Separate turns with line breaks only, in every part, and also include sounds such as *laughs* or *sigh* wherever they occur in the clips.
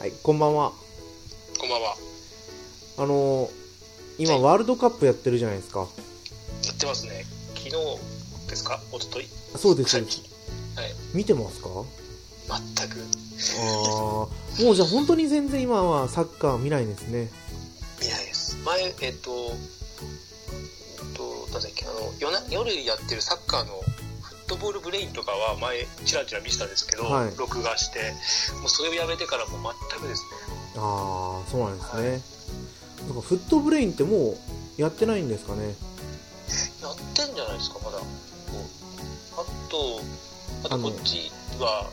はい、こんばんは。
こんばんは。
あのー今、
はい
ワールドカップやってるじゃないですか。
やってますね。昨日ですか一昨日
そうです
さっ
よ。
き。
見てますかあ
全く
あ、もうじゃあ本当に全然今はサッカー見ないですね。
見ないです。前、えっと、えっと、なんだっけ、あの夜な、夜やってるサッカーのフットボールブレインとかは前、ちらちら見てたんですけど、
はい
録画して、もうそれをやめてからもう全くですね。
ああ、そうなんですね。なんかフットブレインってもうやってないんですかね。
やってんじゃないですか、まだ。こうあと、あ
あ
と
の
こっちは、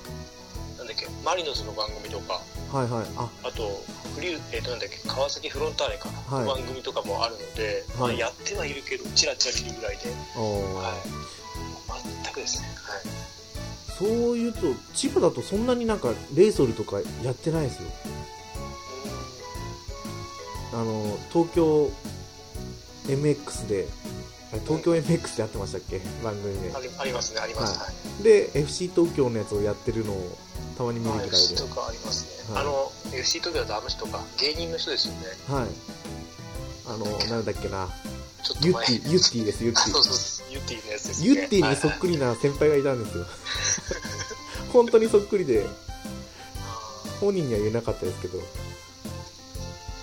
なんだっけ、マリノスの番組とか、
はいはい。あ、
あと、フリュー、えっ、と、なんだっけ、川崎フロンターレかな、
はい
番組とかもあるので、
はい
まあ、やってはいるけど、ちらちら見るぐらいで、
あー
はい。全くですね。はい。
そういうと、千葉だとそんなになんかレイソルとかやってないですよ。あの東京 MX であ東京 MX でやってましたっけ番組
ありありますね、あります。はい。
でで FC 東京のやつをやってるのをたまに見る
あ
ぐらい
FC
で
とかありますね。
はい
あの、FC 東京だとあの人か、芸人の人ですよね。
はいあのなんだっけな
ちょっと
ユッ
前。
ティユッティですユッ
あ、
テ
そう
ィ
そうそう、ユッティのやつですね。
ユッティにそっくりな先輩がいたんです
*laughs*
よ本当にそっくりで
はいはい
本人には言えなかったですけど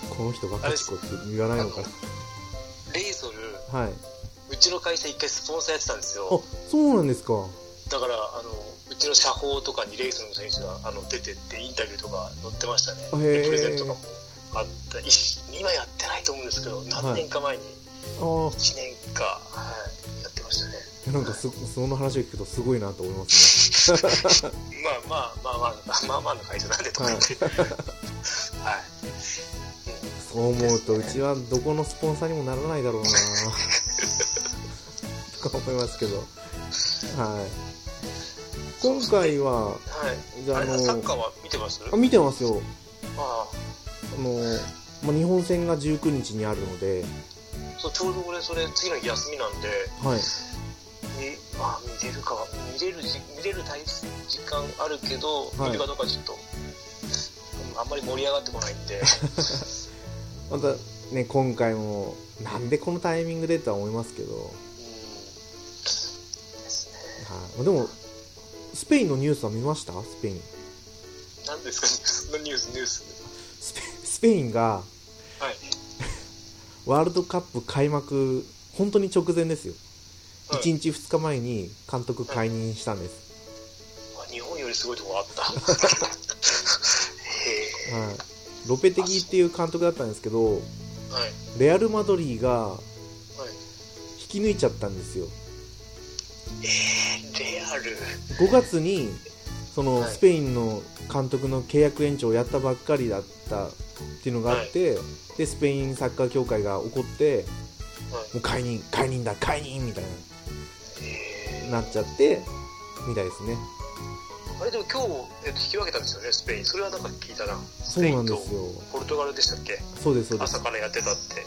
この人バカチコって言わないのか
レイソル、
なはいう
ちの会社一回スポンサーやってたんです
あ
よ。
そうなんですか
だから、あの、うちの社報とかにレイソルの選手があの出てって、インタビューとか載ってましたね。
へー
でプレゼントとかもあった。一今やってないと思うんですけど、何年か前に、
あ
1年か、はい、やってましたね。
あなんかすその話を聞くとすごいなと思いますね
まあまあまあまあまあまあの会社なんでとか
*laughs*
言って、はい、うん
そう思うとうちはどこのスポンサーにもならないだ
*laughs*
ろうなとか思いますけどはい今回は
はい。
じゃあ
あ
あ
れサッカー
の
は見てます？
あ見てますよ
あ
あの、まあ、日本戦が19日にあるので
あ、そうちょうど俺それ次の日休みなんで、
はい
みまあ見れるかは見れるじ見れる体時間あるけど、
はい
見るかどうかちょっとうんあんまり盛り上がってこない
*laughs*
んで、
またね今回もなんでこのタイミングでとは思いますけど、はい
うんですね。
まあでもスペインのニュースは見ましたスペイン
なんですかそのニュースニュース。
スペスペインが
はい。
ワールドカップ開幕本当に直前ですよ
はい
1日2日前に監督解任したんです、
あ日本よりすごいとこ
*laughs*
あった。へえ。
はい、ロペテギっていう監督だったんですけど
はいはい。
レアル・マドリーが引き抜いちゃったんですよ
レアル。
5月にその
はい
スペインの監督の契約延長をやったばっかりだったっていうのがあって、でスペインサッカー協会が怒って
はい
もう解任解任だ解任みたい
えー
ななっちゃってみたいですね
あれでも今日、えっと、引き分けたんですよね、スペイン。それはなんか聞いたな。
そ
ス
う
ペイ
なん
ン
で
と
すよ
ポルトガルでしたっけ
そうですそうです
朝からやってたって。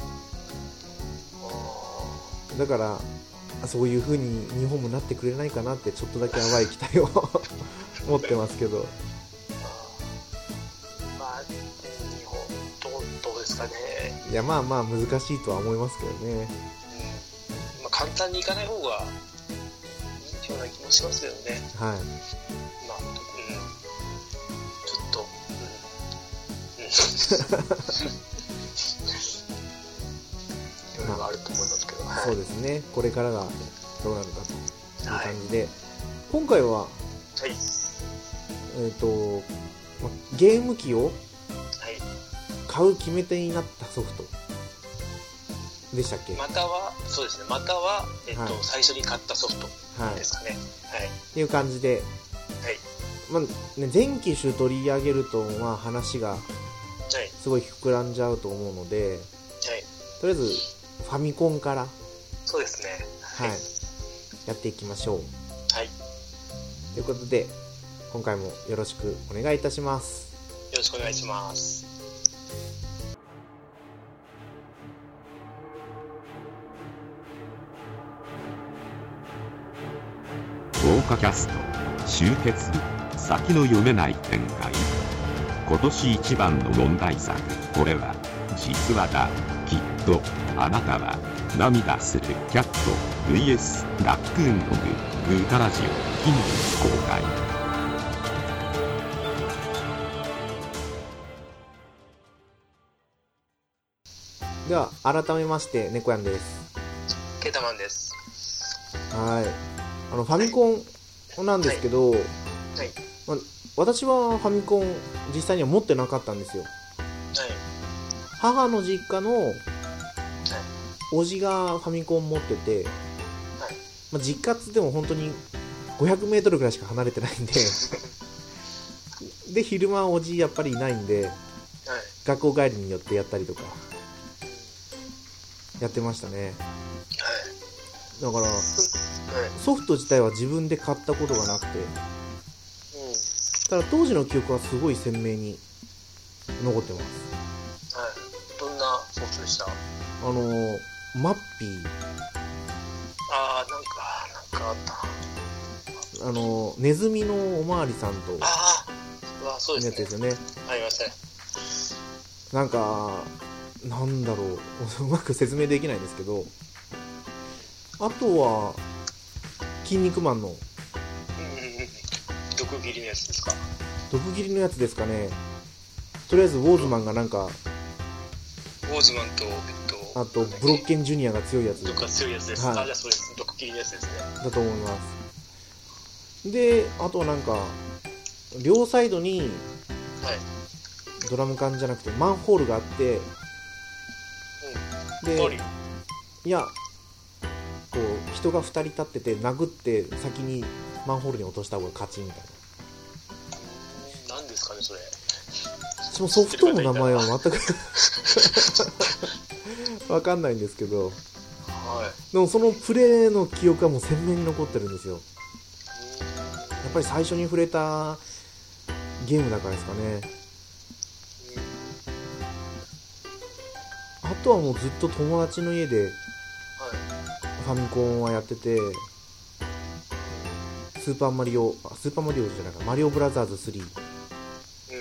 あ
だからそういう風に日本もなってくれないかなってちょっとだけ淡い期待を *laughs* 持ってますけど
ーまあ、うん日本、どうどうですかね。
いやまあまあ難しいとは思いますけどね
うんまあ、簡単にいかない方がいいような気もしますよね。
はい
まあ、うん、ちょっと、うん、うんいろいろあると思いますけど、はい
そうですねこれからがどうなるかという
はい
感じで今回は
はい、
えっ、とまゲーム機を
は
買う決め手になったソフトでしたっけ
い、
は
または、そうですね、または、えっと、
はい
最初に買ったソフト
い
で
っ
すかね。はい、
ていう感じで
はい、
まあね全機種取り上げるとまあ話が
はい、
すごい膨らんじゃうと思うので
はい、
とりあえずファミコンから、
そうですね。
はい、やっていきましょう
はい、よ
ということで今回もよろしくお願いいたします
ろしくお願いします。
豪華キャスト集結先の読めない展開今年一番の問題作これは実話だきっとあなたは涙するキャット VS ラックーンのググータラジオ近日公開
では改めまして猫やんです
ケータマンです。
はいあのファミコンなんですけど、
はい。
私はファミコン実際には持ってなかったんですよ
はい。
母の実家のおじがファミコン持ってて、まあ、実家っつっても本当に 500m ぐらいしか離れてないんでで昼間おじやっぱりいないんで
はい。
学校帰りによってやったりとかやってましたねだから
はい。はい。
ソフト自体は自分で買ったことがなくて
うん。はい。
ただ当時の記憶はすごい鮮明に残ってます
どんなソフトでした
あのーマッピー
ああ、なんか、あーなんかあった。
あのネズミのおまわりさんとや
ああ、うわ、そうで
つですす
ね。
よね
ありましたね。
なんかなんだろう *laughs* うまく説明できないんですけどあとは「筋肉マン」の
うんうんうん。毒斬りのやつですか。
毒斬りのやつですかねとりあえずウォーズマンがなんか
ウォーズマンと、えっと、
あとブロッケンジュニアが強いやつ
毒が強いやつです。
はい
あ、じゃあそうです。毒斬りのやつですね。
だと思いますであとはなんか両サイドに
はい。
ドラム缶じゃなくてマンホールがあってで
うん。あ
いやこう人が2人立ってて殴って先にマンホールに落とした方が勝ちみたいな
何ですかね、それ。
そのソフトの名前は全く *laughs* わかんないんですけど
は
でもそのプレーの記憶はもう鮮明に残ってるんですよ
い。
やっぱり最初に触れたゲームだからですかね
うん
あとはもうずっと友達の家で
はい。
ファミコンはやっててスーパーマリオあスーパーマリオじゃないかマリオブラザーズ3
うん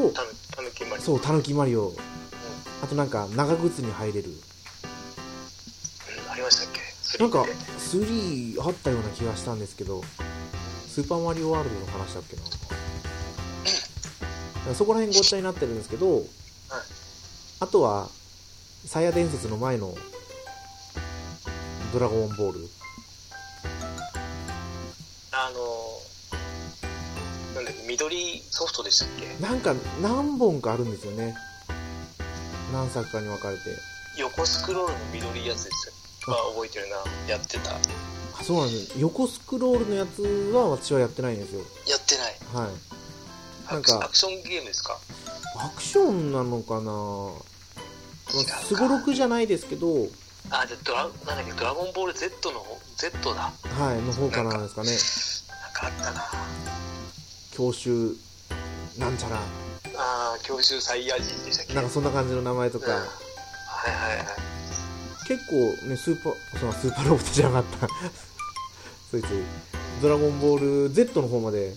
うんうん。
と
たぬ、たぬきまり。
そうたぬきマリオ
う
あとなんか長靴に入れる
ん。うんありましたっけスリ
なん
ー
か
って
3あったような気がしたんですけどスーパーマリオワールドの話だっけなだからそこら辺ごっちゃになってるんですけどあとはサイヤ伝説の前のドラゴンボール
あのー、なんだっけ、緑ソフトでしたっけ
なんか何本かあるんですよね何作かに分かれて
横スクロールの緑いやつですよ。
あ
あ、覚えてるな。やってた。や
あそうなんです横スクロールのやつは私はやってないんですよ
ってない。
はいなん
ア
か
クションゲームですか
アクションなのかな
違うか
すごろくじゃないですけど
あ、じゃあドラ、なんだっけ、ドラゴンボール Z の方、Z
は
だ。
いの方からなんですかね
なんかあったな。
教習なんちゃら
あー、教習サイヤ人でしたっけ
なんかそんな感じの名前と
うん
か
はいはいはい。
結構ねスーパーそのスーパーロボットじゃなかった *laughs* そいつドラゴンボール Z の方まで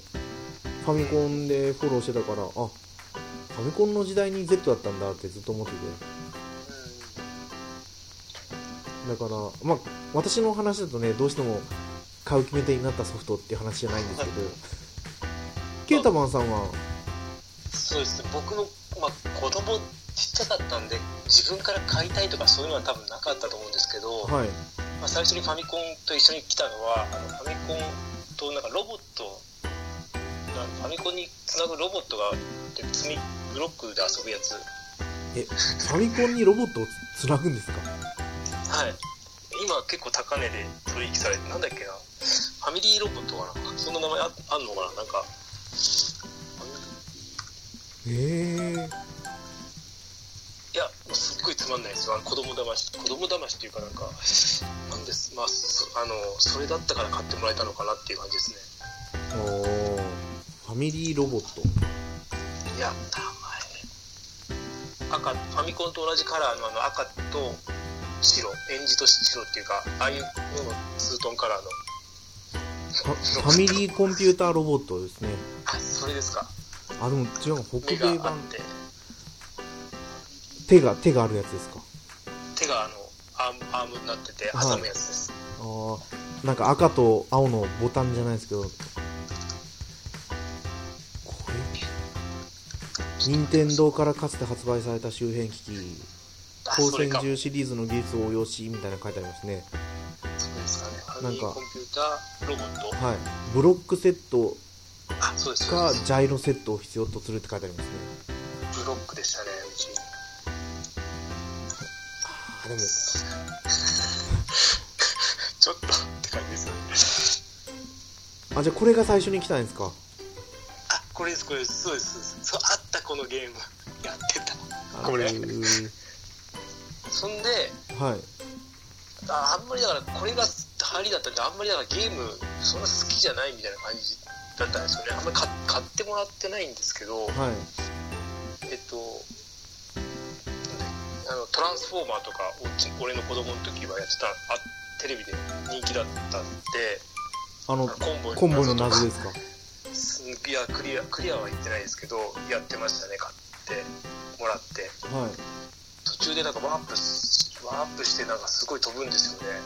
ファミコンでフォローしてたからあファミコンの時代に Z だったんだってずっと思っててだからまあ私の話だとねどうしても買う決め手になったソフトっていう話じゃないんですけど *laughs* ケータマンさんは
そうですね僕の、まあ、子供ちっちゃかったんで自分から買いたいとかそういうのは多分なかったと思うんですけど、
はい
まあ、最初にファミコンと一緒に来たのはあのファミコンとなんかロボットなファミコンにつなぐロボットがあって積みブロックで遊ぶやつはい
ファミコンにロボットをつつなぐんですか
今結構高値で取引されてなんだっけなファミリーロボットかなそんな名前ああんのかななんかファミ
ええ
いや、もうすっごいつまんないですよ、あの子供騙し、子供騙しっていうか、なんか、なんです、まあそあの、それだったから買ってもらえたのかなっていう感じですね。
おーファミリーロボ *laughs* ット
いや、名前、赤、ファミコンと同じカラーのあの赤と白、エンジと白っていうか、ああいうののツートンカラーの、
ファファミリーコンピューターロボットですね
あそれですか、
あでも違うか北
目
米
があっ
版
て
手が手があるやつですか
手があのアームアームになってて
はい
挟むやつです、
あーなんか赤と青のボタンじゃないですけどこれ任天堂からかつて発売された周辺機器
あ
光
それ
線
か
銃シリーズの技術を応用しみたいなの書いてありますね
そうですかねファ
なん
ミリ
か
ーコンピューターロボット
はいブロックセット
あそうですそう
か
です
ジャイロセットを必要とするって書いてありますね
ブロックでしたねうち
あでも
ちょっとって感じですよね
あじゃあこれが最初に来たんですか
あこれですこれですそうですそうですそうあったこのゲームやってた
あ
これ
ー
そんで
はい
ああんまりだからこれが流行りだったんであんまりだからゲームそんな好きじゃないみたいな感じだったんですよねあんまり買買ってもらってないんですけど
はい
えっとあのトランスフォーマーとかおち俺の子供の時はやってたあテレビで人気だったんで
あの
あのコンボイ
コンボイの謎
謎
で
と
すか
かすいやクリアクリアは言ってないですけどやってましたね買ってもらって
はい
途中でなんかワープしワープしてなんかすごい飛ぶんですよね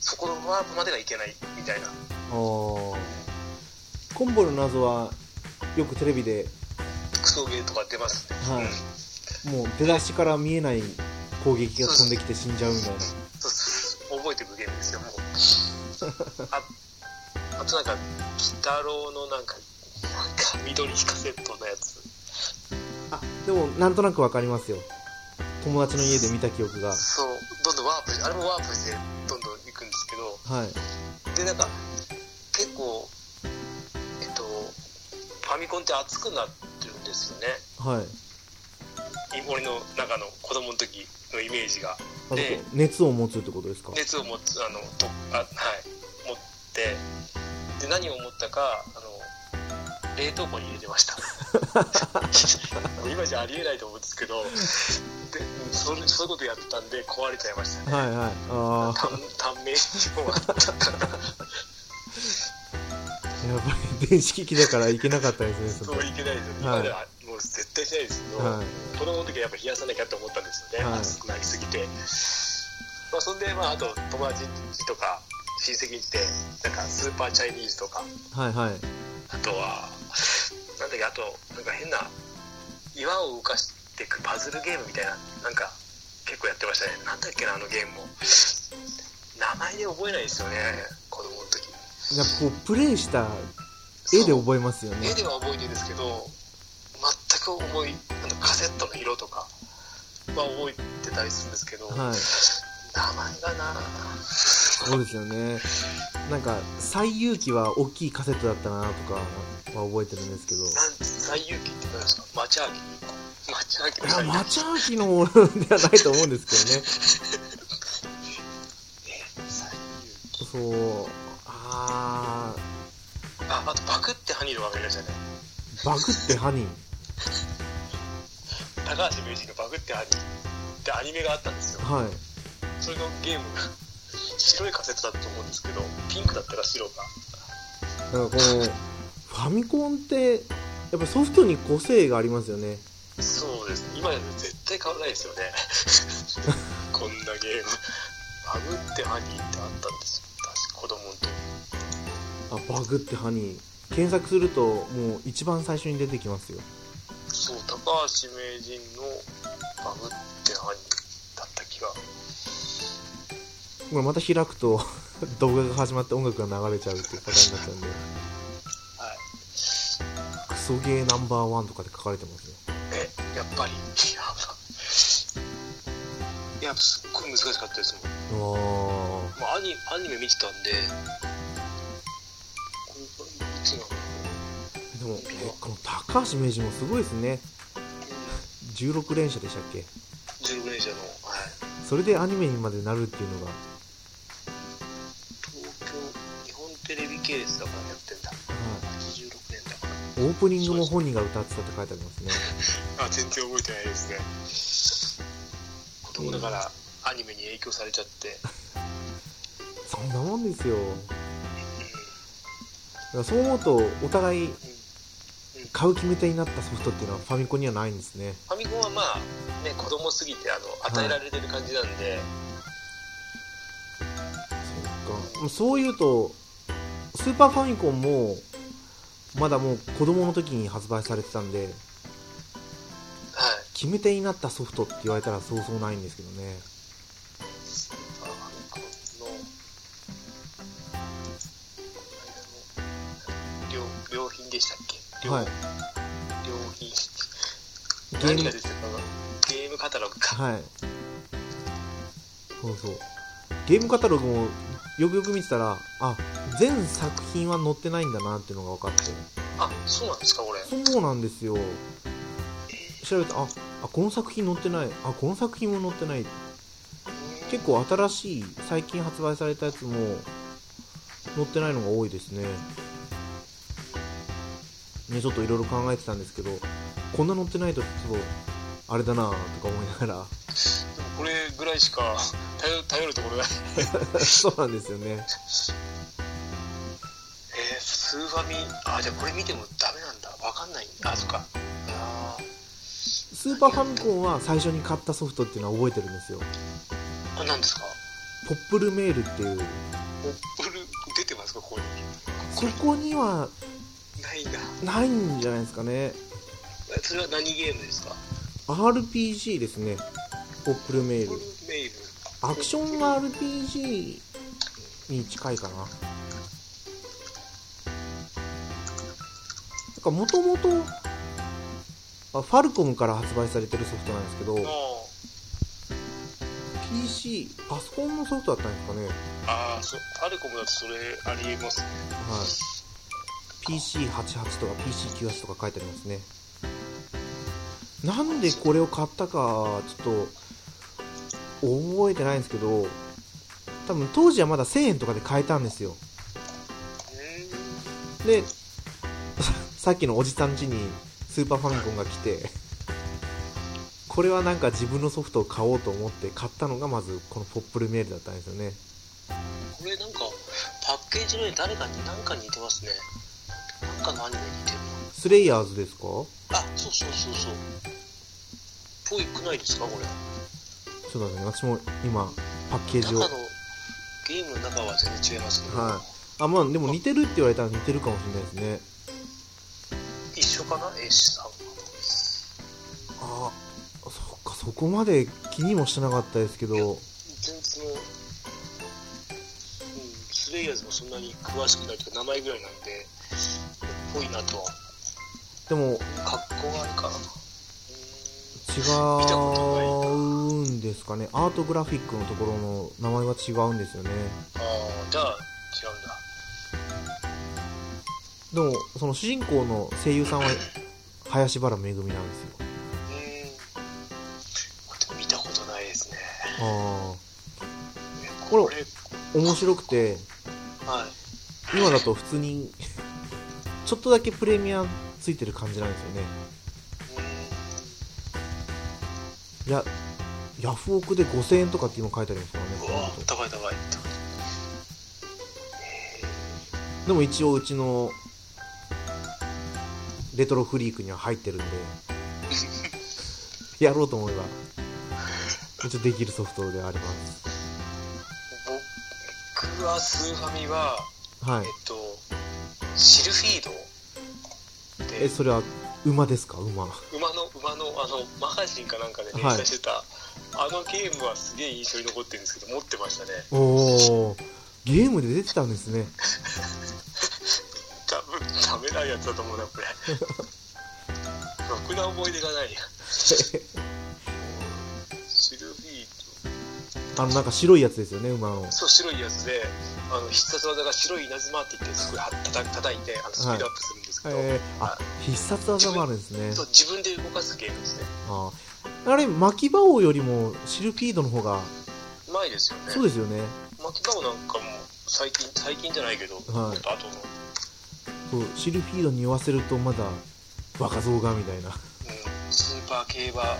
そこのワープまでがいけないみたいな
あーコンボの謎はよくテレビで
クソゲーとか出ますね、
はい
うん
もう出だしから見えない攻撃が飛んできて死んじゃうみたいな
そうそう覚えてるゲームですよもうああとなんか「鬼太郎」のなんかなんか緑カセットのやつ
あでもなんとなくわかりますよ友達の家で見た記憶が
そうどんどんワープしてあれもワープしてどんどん行くんですけど
はい
でなんか結構えっとファミコンって熱くなってるんですよね
はい
い俺の中の子供の時のイメージが
あと
で
熱を持つってことですか
熱を持つあのとあはい持ってで何を思ったかあの冷凍庫に入れてました今じゃありえないと思うんですけどでうんそれそういうことやってたんで壊れちゃいましたね
はいはいあ
短短命に終わっちゃったから
あやっぱり電子機器だからいけなかったですねそ
そ
れ
ういけないですよね、
はい
今ではもう絶対しないですけど、
は
子供の時はやっぱ冷やさなきゃと思ったんですよね、
はい
暑くなりすぎて、まあ、そんで、まあ、あと友達ん家とか親戚にしてなんかスーパーチャイニーズとか
はいはい
あとはなんだっけあとなんか変な岩を浮かしていくパズルゲームみたいななんか結構やってましたねなんだっけなあのゲームも名前で覚えないですよね子供の時
やっぱこうプレイした絵で覚えますよね
絵では覚えてるんですけど全く覚えあのカセットの色とかは覚えてたりするんですけど、
はい
名前がな
そうですよねなんか「西遊記」は大きいカセットだったなとかは覚えてるんですけど
なん最勇気って何ですかマチャーキマチャーキの
いや
最
マ
勇
チャーキのものではないと思うんですけどねそうあ
ああとバクってハニーの漫画いましたね
ーバグってハニー
高橋名人のバグってハニーってアニメがあったんですよ
はい
それのゲームが白いカセットだったと思うんですけどピンクだったか白か
だからこのファミコンってやっぱソフトに個性がありますよね
そうですね今や絶対買わないですよね *laughs* こんなゲームバグってハニーってあったんですよ私子供の時
あバグってハニー検索するともう一番最初に出てきますよ
そう高橋名人のバグってハニーだった気が
これまた開くと *laughs* 動画が始まって音楽が流れちゃうっていうパターンになっちゃうんで
はい
クソゲーナンバーワンとかで書かれてますよ
えやっぱりやばいやすっごい難しかったですもん
あ
まあ、アニアニメ見てたんでこれがいつなの
ーでもえこの高橋名人もすごいですね16連射でしたっけ
16年生の、はい、
それでアニメにまでなるっていうのが、
東京日本テレビ系列だからやってんだ86年だか
オープニングも本人が歌ってたって書いてありますね
らあ全然覚えてないですね子供だからアニメに影響されちゃ *laughs* って、
そんなもんですよだから
う
そう思うとお互い
うん
買う決め手になったソフトっていうのはファミコンにはないんですね
ファミコンはまあ、ね、子供すぎてあの与えられてる感じなんで、
そっかそういうとスーパーファミコンもまだもう子供の時に発売されてたんで
はい
決め手になったソフトって言われたらそうそうないんですけどね
スーパーファミコンのこの間の良良品でしたっけ良,、
はい
良品
ゲ
何
ー
が
ム
出てたのゲームカタログか、
はいそうそうゲームカタログもよくよく見てたらあ全作品は載ってないんだなっていうのが分かって
あそうなんですかこれ
そうなんですよ
え
調べたああこの作品載ってないあこの作品も載ってない
ー
結構新しい最近発売されたやつも載ってないのが多いですねねちょっといろいろ考えてたんですけどこんな載ってないとちょっとあれだなとか思いながら
でもこれぐらいしか *laughs* 頼頼るところない
そうなんですよね
えー、スーファミあじゃあこれ見てもダメなんだわかんないあそっかあ
スーパーファミコンは最初に買ったソフトっていうのは覚えてるんですよ
ーあ何ですか
ポップルメールっていう
ポップル出てますかここに
そこには
ないな
ないんじゃないですかね
えそれは何ゲームですか
RPG ですねポップルメー
ポッ
ル
プルメール
アクション RPG に近いかな。なんかもともと、あファルコムから発売されてるソフトなんですけど、
の
PC、パソコンのソフトだったんですかね。
ああそうファルコムだとそれありえますね
はい。PC88 とか PC98 とか書いてありますね。なんでこれを買ったか、ちょっと、覚えてないんですけど、多分当時はまだ1000円とかで買えたんですよ。で、 *laughs* さっきのおじさん家にスーパーファミコンが来て、これはなんか自分のソフトを買おうと思って買ったのがまずこのポップルメールだったんですよね。
これなんかパッケージの絵誰かに何かに似てますねなんかのアニメに似てる
スレイヤーズですか
なあそうそうそうそうぽいくないですかこ
ち
れ
ょっと待ってね、私も今パッケージを。
中のゲームの中は全然違いますけど、
はい。あ、まあでも似てるって言われたら似てるかもしれないですね。
一緒かな絵師さんは
ああ、そっか、そこまで気にもしてなかったですけど、
全然その、うん、スレイヤーズもそんなに詳しくないというか名前ぐらいなんでぽいなとは
でも
格好があるかな見た
違
こ
うんですかね。アートグラフィックのところの名前は違うんですよね。
ああじゃあ違うんだ
でもその主人公の声優さんは林原めぐみなんですよ
うんでも見たことないですね
あ
これ
こあ面白くて
はい
今だと普通にちょっとだけプレミアついてる感じなんですよね
う
いやヤフオクで5000円とかって今書いてありますからね
んうわ
この後
高い高い
でも一応うちのレトロフリークには入って
*laughs*
るんでやろうと思えば一応できるソフトではあります
僕はスーファミは
は
え
い
っとシルフィード
え
で
それは馬ですか馬
馬の馬のあのマガジンかなんかで連
はい
載してた、あのゲームはすげえ印象に残ってるんですけど持ってましたね
おおゲームで出てたんですね
多分食べないやつだと思うなこれろくな思い出がないやシルフィード
あのなんか白いやつですよね馬の
そう白いやつであの必殺技が白い稲妻って言ってすごいはたた叩いてあのスピードアップするんですけど、
えー、あ必殺技もあるんですね
そう自分で動かすゲームですね
あーあれ巻き場王よりもシルフィードの方が
うまいですよね
そうですよね
マキバオなんかも最近最近じゃないけど、
は
あ
い
と後の、う
そ
ん、
うシルフィードに言わせるとまだ若造がみたいな *laughs*
スーパー競馬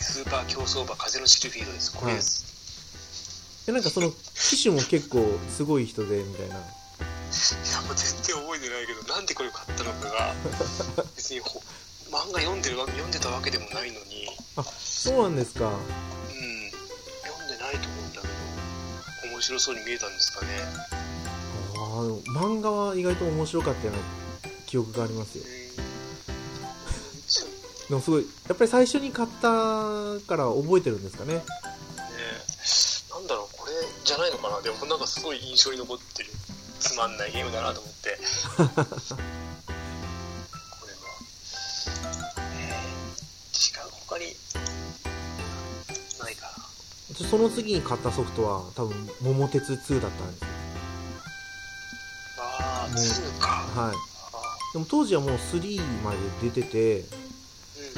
スーパー競走馬風のシルフィードですこれです、
でなんかその機種も結構すごい人でみたいな
やもう全然覚えてないけどなんでこれ買ったのか *laughs* が別にほ漫画読んでるわ読んでたわけでもないのに、
あそうなんですか
うん、読んでないと思うんだけど面白そうに見えたんですかね
あーでも漫画は意外と面白かったような記憶がありますよ
そう
でもすごいやっぱり最初に買ったから覚えてるんですかね
ねなんだろうこれじゃないのかなでもなんかすごい印象に残ってるつまんないゲームだなと思って *laughs* これは、えー、違う他にないかな
その次に買ったソフトは多分「桃鉄2」だったんですよ
ああ
ね
2か
はい
あ
でも当時はもう3まで出てて
ーう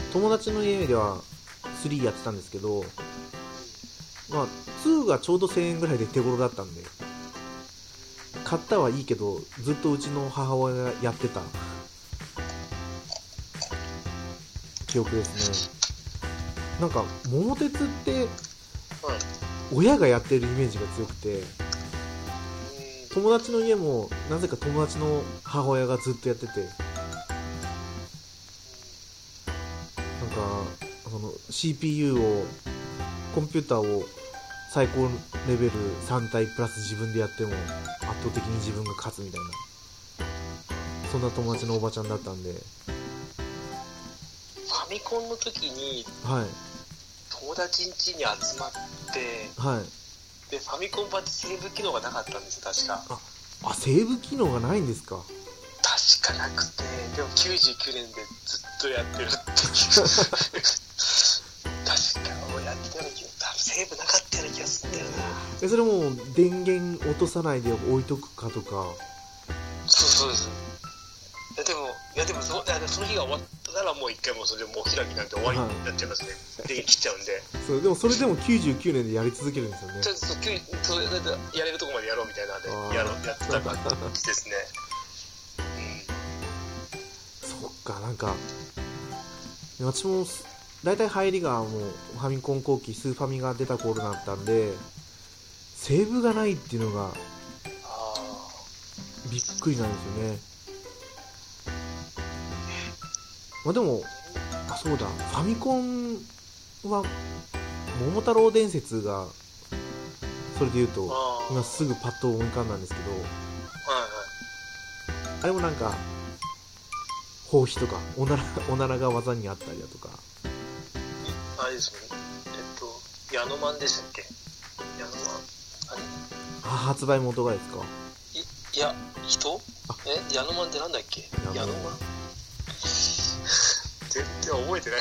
ん
友達の家では3やってたんですけどまあ2がちょうど1000円ぐらいで手頃だったんで買ったはいいけどずっとうちの母親がやってた記憶ですねなんか桃鉄って
はい
親がやってるイメージが強くて
う
友達の家もなぜか友達の母親がずっとやっててなんかその CPU をコンピューターを最高レベル3体プラス自分でやっても圧倒的に自分が勝つみたいなそんな友達のおばちゃんだったんで
んファミコンの時に
はい
友達ん家に集まって
はい
でファミコン版ってセーブ機能がなかったんですよ確か
あセーブ機能がないんですか
確かなくてでも99年でずっとやってるっていう *laughs* 確か俺やってたような気が多分セーブなかったような気がするんだよな
えそれもう電源落とさないで置いとくかとか
そうそうですいやでもいやでもそいやでもその日が終わったらもう一回もうそれでもう開きなんて終わりになっちゃいますね、電源切っちゃうんで
そうでもそれでも99年でやり続けるんですよね
ちょっときゅそれやれるとこまでやろうみたいなんで
あー
やろうやってた感じですね、
そっかなんか私もす大体入りがもうファミコン後期スーファミが出た頃だったんでセーブがないっていうのが
うん、ああ
びっくりなんですよねまあでもあそうだファミコンは「桃太郎伝説」がそれで言うと
ああ
今すぐパッと思い浮かんだんですけど
はいはい
あれもなんか包皮とかおなら *laughs* おならが技にあったりだとか
あれですもんねえっとヤノマンでしたっけヤノマンあれ
あ発売元がですか
いいや人
あ
えヤノマンってなんだっけ
ヤ
ヤ
ノ
ノ
マ
マン全然覚えてない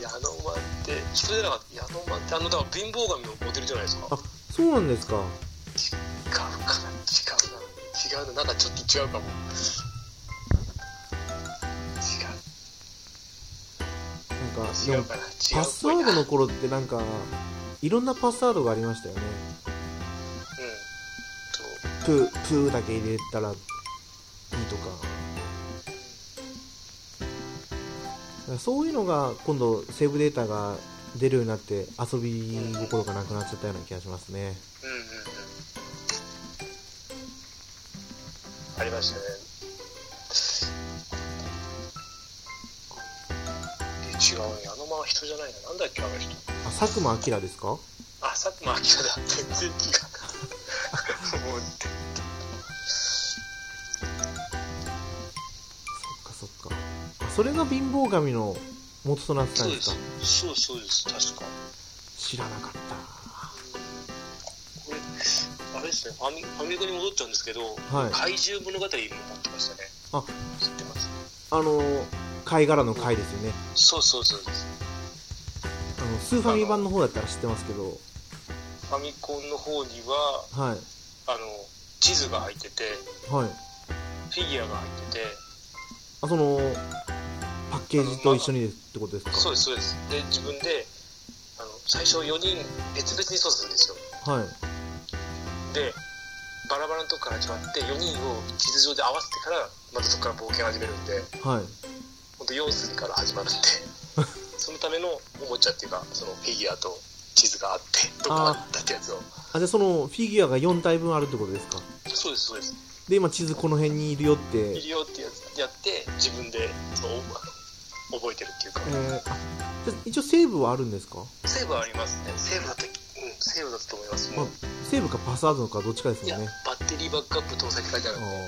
*laughs*
ヤノマンって人じゃなかったヤノマンってあのだから貧乏神のモデルじゃないですか
あそうなんですか
違うかな違うな違うななんかちょっと違うかも違
なんか
う
で
違
も
うかな違うっぽい
パ
な
スワードの頃ってなんかいろんなパスワードがありましたよね
うんと
プープーだけ入れたらいいとかだからそういうのが今度セーブデータが出るようになって遊び心がなくなっちゃったような気がしますね
うんうんうんありましたねえ違うねあのまま人じゃないななんだっけあの人
あ佐久間明ですか
あさっきも明らだ全
*laughs*
然違うもう
そっかそっかあそれが貧乏神の元となってた
そ
ん
う
で
です
か
すそうそうです確か
知らなかった
これあれですねファミファミコンに戻っちゃうんですけど、
はい
怪獣物語も持ってましたね
あ
知ってます
あの貝殻の貝ですよね
そうそうそうです
あのスーファミ版の方だったら知ってますけど
ファミコンの方には
はい
あの地図が入ってて
はい
フィギュアが入ってて
あそのパッケージと一緒にですってことですか
そうですそうですで自分であの最初4人別々に操作するんですよ
はい
でバラバラのとこから始まって4人を地図上で合わせてからまたそこから冒険を始めるんで
はい
本当用するから始まるん *laughs* でそのためのおもちゃっていうかそのフィギュアと地図があってどこまで行ったってやつを
あじゃあそのフィギュアが4体分あるってことですか
そうですそうです
で今地図この辺にいるよって、え
いるよってやつやって自分でそうお覚えてるっていうか
ーあじゃあ一応セーブはあるんですか、
セーブはありますねセーブだったうんセーブだったと思います、
まあ
もう、
セーブかパスワードかどっちかです
いや
よね
バッテリーバックアップ搭載って書いてある
あ
ん
ー
でこ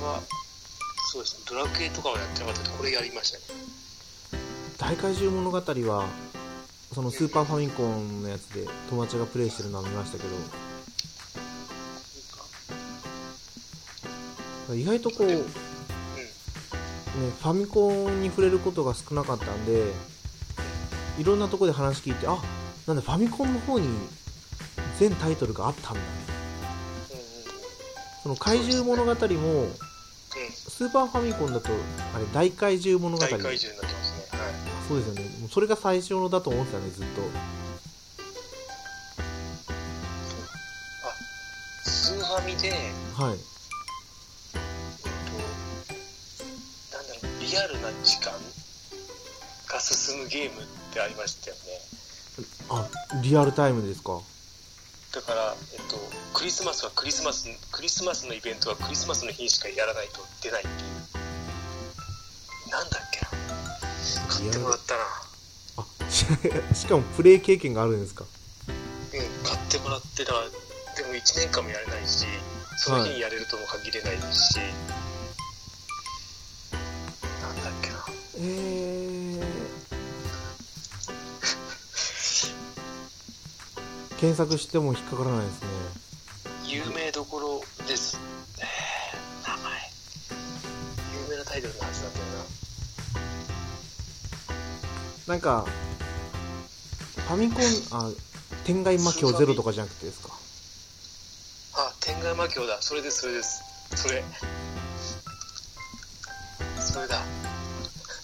れはそうですねドラクエとかはやってなかったけどこれやりましたね
大怪獣物語はそのスーパーファミコンのやつで友達がプレイしてるのは見ましたけど意外とこう、ね、ファミコンに触れることが少なかったんでいろんなとこで話聞いてあなんだファミコンの方に全タイトルがあったんだ
うんうんうん
その怪獣物語も
う
スーパーファミコンだとあれ大怪獣物
ん、
語
大怪獣になってますね。はい。
そうですよねもうそれが最初のだと思ってたねずっと
スーファミで、えっ
はい
と、なんだろう、リアルな時間が進むゲームってありましたよね。
あリアルタイムですか
だから、えっと、クリスマスはクリスマス、クリスマスのイベントはクリスマスの日にしかやらないと出ないっていう。なんだっけな。買ってもらったな。
あし *laughs* しかもプレイ経験があるんですか
うん、買ってもらってたでも1年間もやれないしその日にやれるとも限れないし、なんだっけな
えー、検索しても引っかからないですね
有名どころです、えー名前有名なタイトルのはずなんだよ
な
な
んかファミコンあ天外魔境ゼロとかじゃなくてですか
あ天外魔境だそれですそれですそれそれだ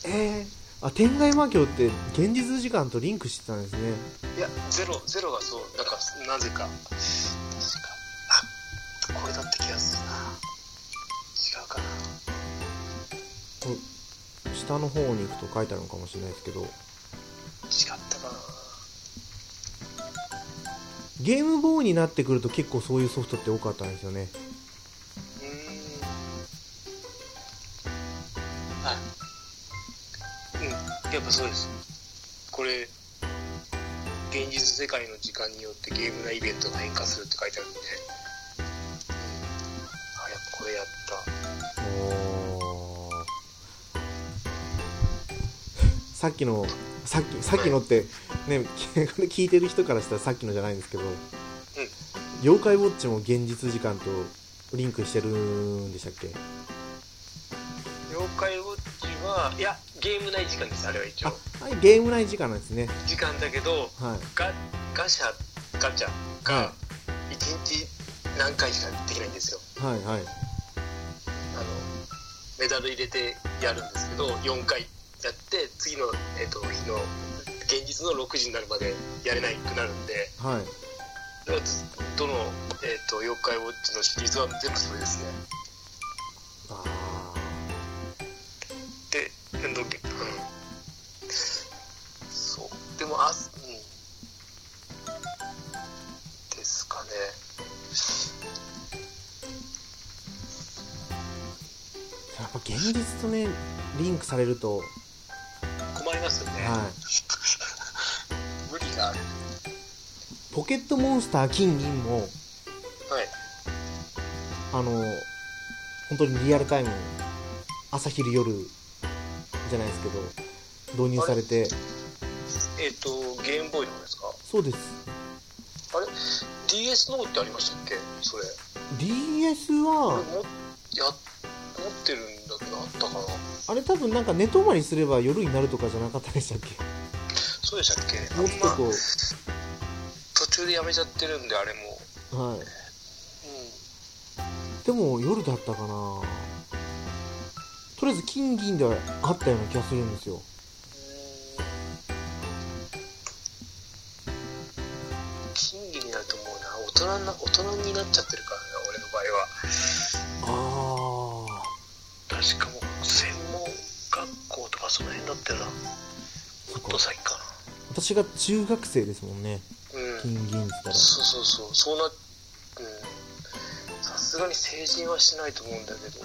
えー、あ天外魔境って現実時間とリンクしてたんですね
いやゼロゼロがそうなんかなぜか確かあこれだった気がするな違うかな
こう下の方に行くと書いてあるのかもしれないですけど
違ったかな
ゲームボーイになってくると結構そういうソフトって多かったんですよね
うーんあうんやっぱそうですこれ現実世界の時間によってゲーム内イベントが変化するって書いてあるんで、うん、あやっぱこれやった
おー *laughs* さっきのさっきさっきのってね *laughs* これ聞いてる人からしたらさっきのじゃないんですけど、妖怪ウォッチも現実時間とリンクしてるんでしたっけ
妖怪ウォッチはいやゲーム内時間ですあれは一
あ
応
はいゲーム内時間なんですね
時間だけど
はい
ガガシャガチャ
は
が1日何回しかできないんですよ
いはいはい
あのメダル入れてやるんですけど4回やって次の、えっと日の現実の6時になるまでやれないくなるんで
はい
だからずどの、えっと妖怪ウォッチのシリーズは全部それですね
あ
で面倒っけうんそうでもあうんですかね
ーやっぱ現実とねリンクされるとは
困りますよ
い
ね、無理がある
ポケットモンスター金銀も
はい
あの本当にリアルタイム朝昼夜じゃないですけど導入されて
えっ、とゲームボーイの方ですか
そうです
あれ DS の方ってありましたっけそれ
DS
俺
は
もや持ってるんだけどあったかな
あれ多分なんか寝泊まりすれば夜になるとかじゃなかったでしたっけ
そうでしたっけ
もう
あん
ちょっと
ま
こ
途中でやめちゃってるんであれも
うはい
うん
でも夜だったかなとりあえず金銀ではあったような気がするんですよ
金魚になると思うな大人な大人になっちゃってるからな俺の場合は
ああ
確かもう専門学校とかその辺だったよなも
そっ
っと
か
先か
私が中学生ですもんね
なう
金
ん
銀って言ったら
そうそうそうそうなうんさすがに成人はしないと思うんだけど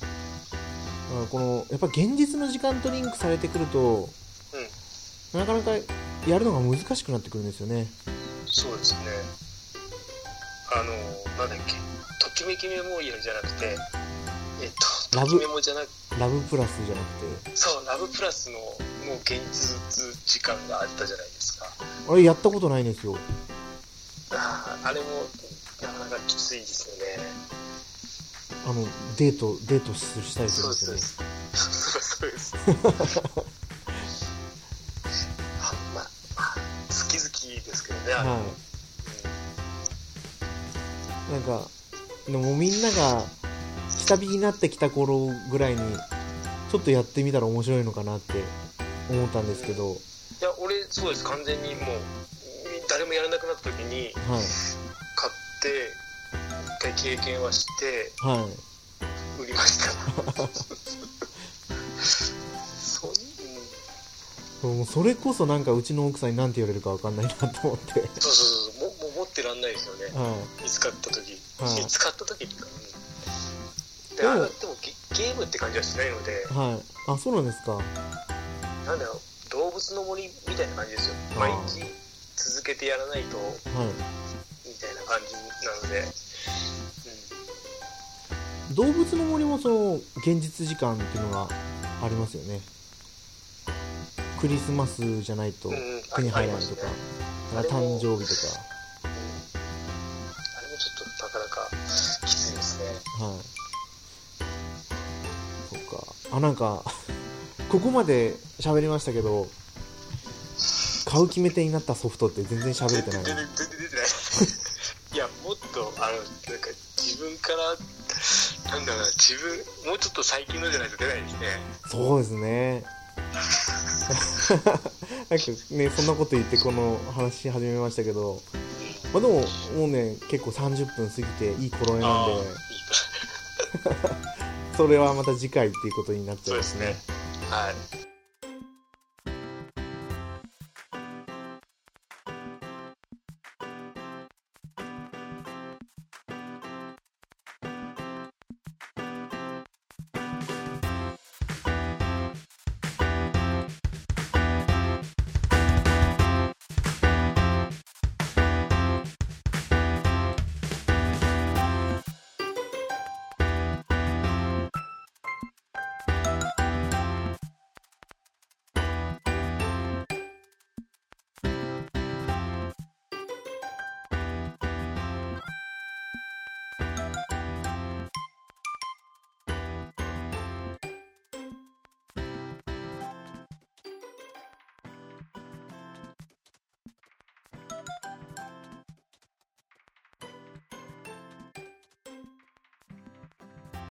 あこのやっぱ現実の時間とリンクされてくると、なかなかやるのが難しくなってくるんですよね
そうですねあのなんだっけときめきメモリアルじゃなくてえっと
ラ
と
ブ
きメモじゃなく
ラブプラスじゃなくて
そうラブプラスのもう現実時間があったじゃないですか
あれやったことないんですよ
あーあれもなかなかきついですよね
あのデートデートししたりする
そ
ん
う
で
ですす
よ
そう
ね
ですそうです
*laughs*
あまあ好き好きですけどねあれも、
は
うん
いなんかでもみんなが下火になってきた頃ぐらいにちょっとやってみたら面白いのかなって思ったんですけどはい
いや俺そうです完全にもう誰もやらなくなった時に買って一回経験はして
はい
売りました
*laughs*
そう、うん
もうそれこそなんかうちの奥さんに何て言われるかわかんないなと思って
そうそうそうももう持ってらんないですよね
は
見つかった時、
はい
見つかった時っていうか、うんで
うん
あれはでもゲゲームって感じはしないので
いはいあそうなんですか
なんだろう動物の森みたいな感じですよ
あー
毎日続けてやらないと
は
みたいな感じなので、うん
い動物の森もその現実時間っていうのがありますよねクリスマスじゃないと
うんうんあ
手に入らないとか
あ
な
り
ん
ますね
か誕生日とか
あれもちょっとなかなかきついですね。
はいそっかあなんか *laughs* ここまで喋りましたけど買う決め手になったソフトって全然喋れてない
全然全然出てない。いや、もっと、あの、なんか自分から、なんだろうな、自分、もうちょっと最近のじゃないと出ないですね。
そうですね *laughs* なんかねそんなこと言ってこの話し始めましたけどまあでももうね結構30分過ぎていい頃合いなんで
ーいいと
それはまた次回っていうことになっちゃ
そう
い
で
ますす
ね
ね。
はい。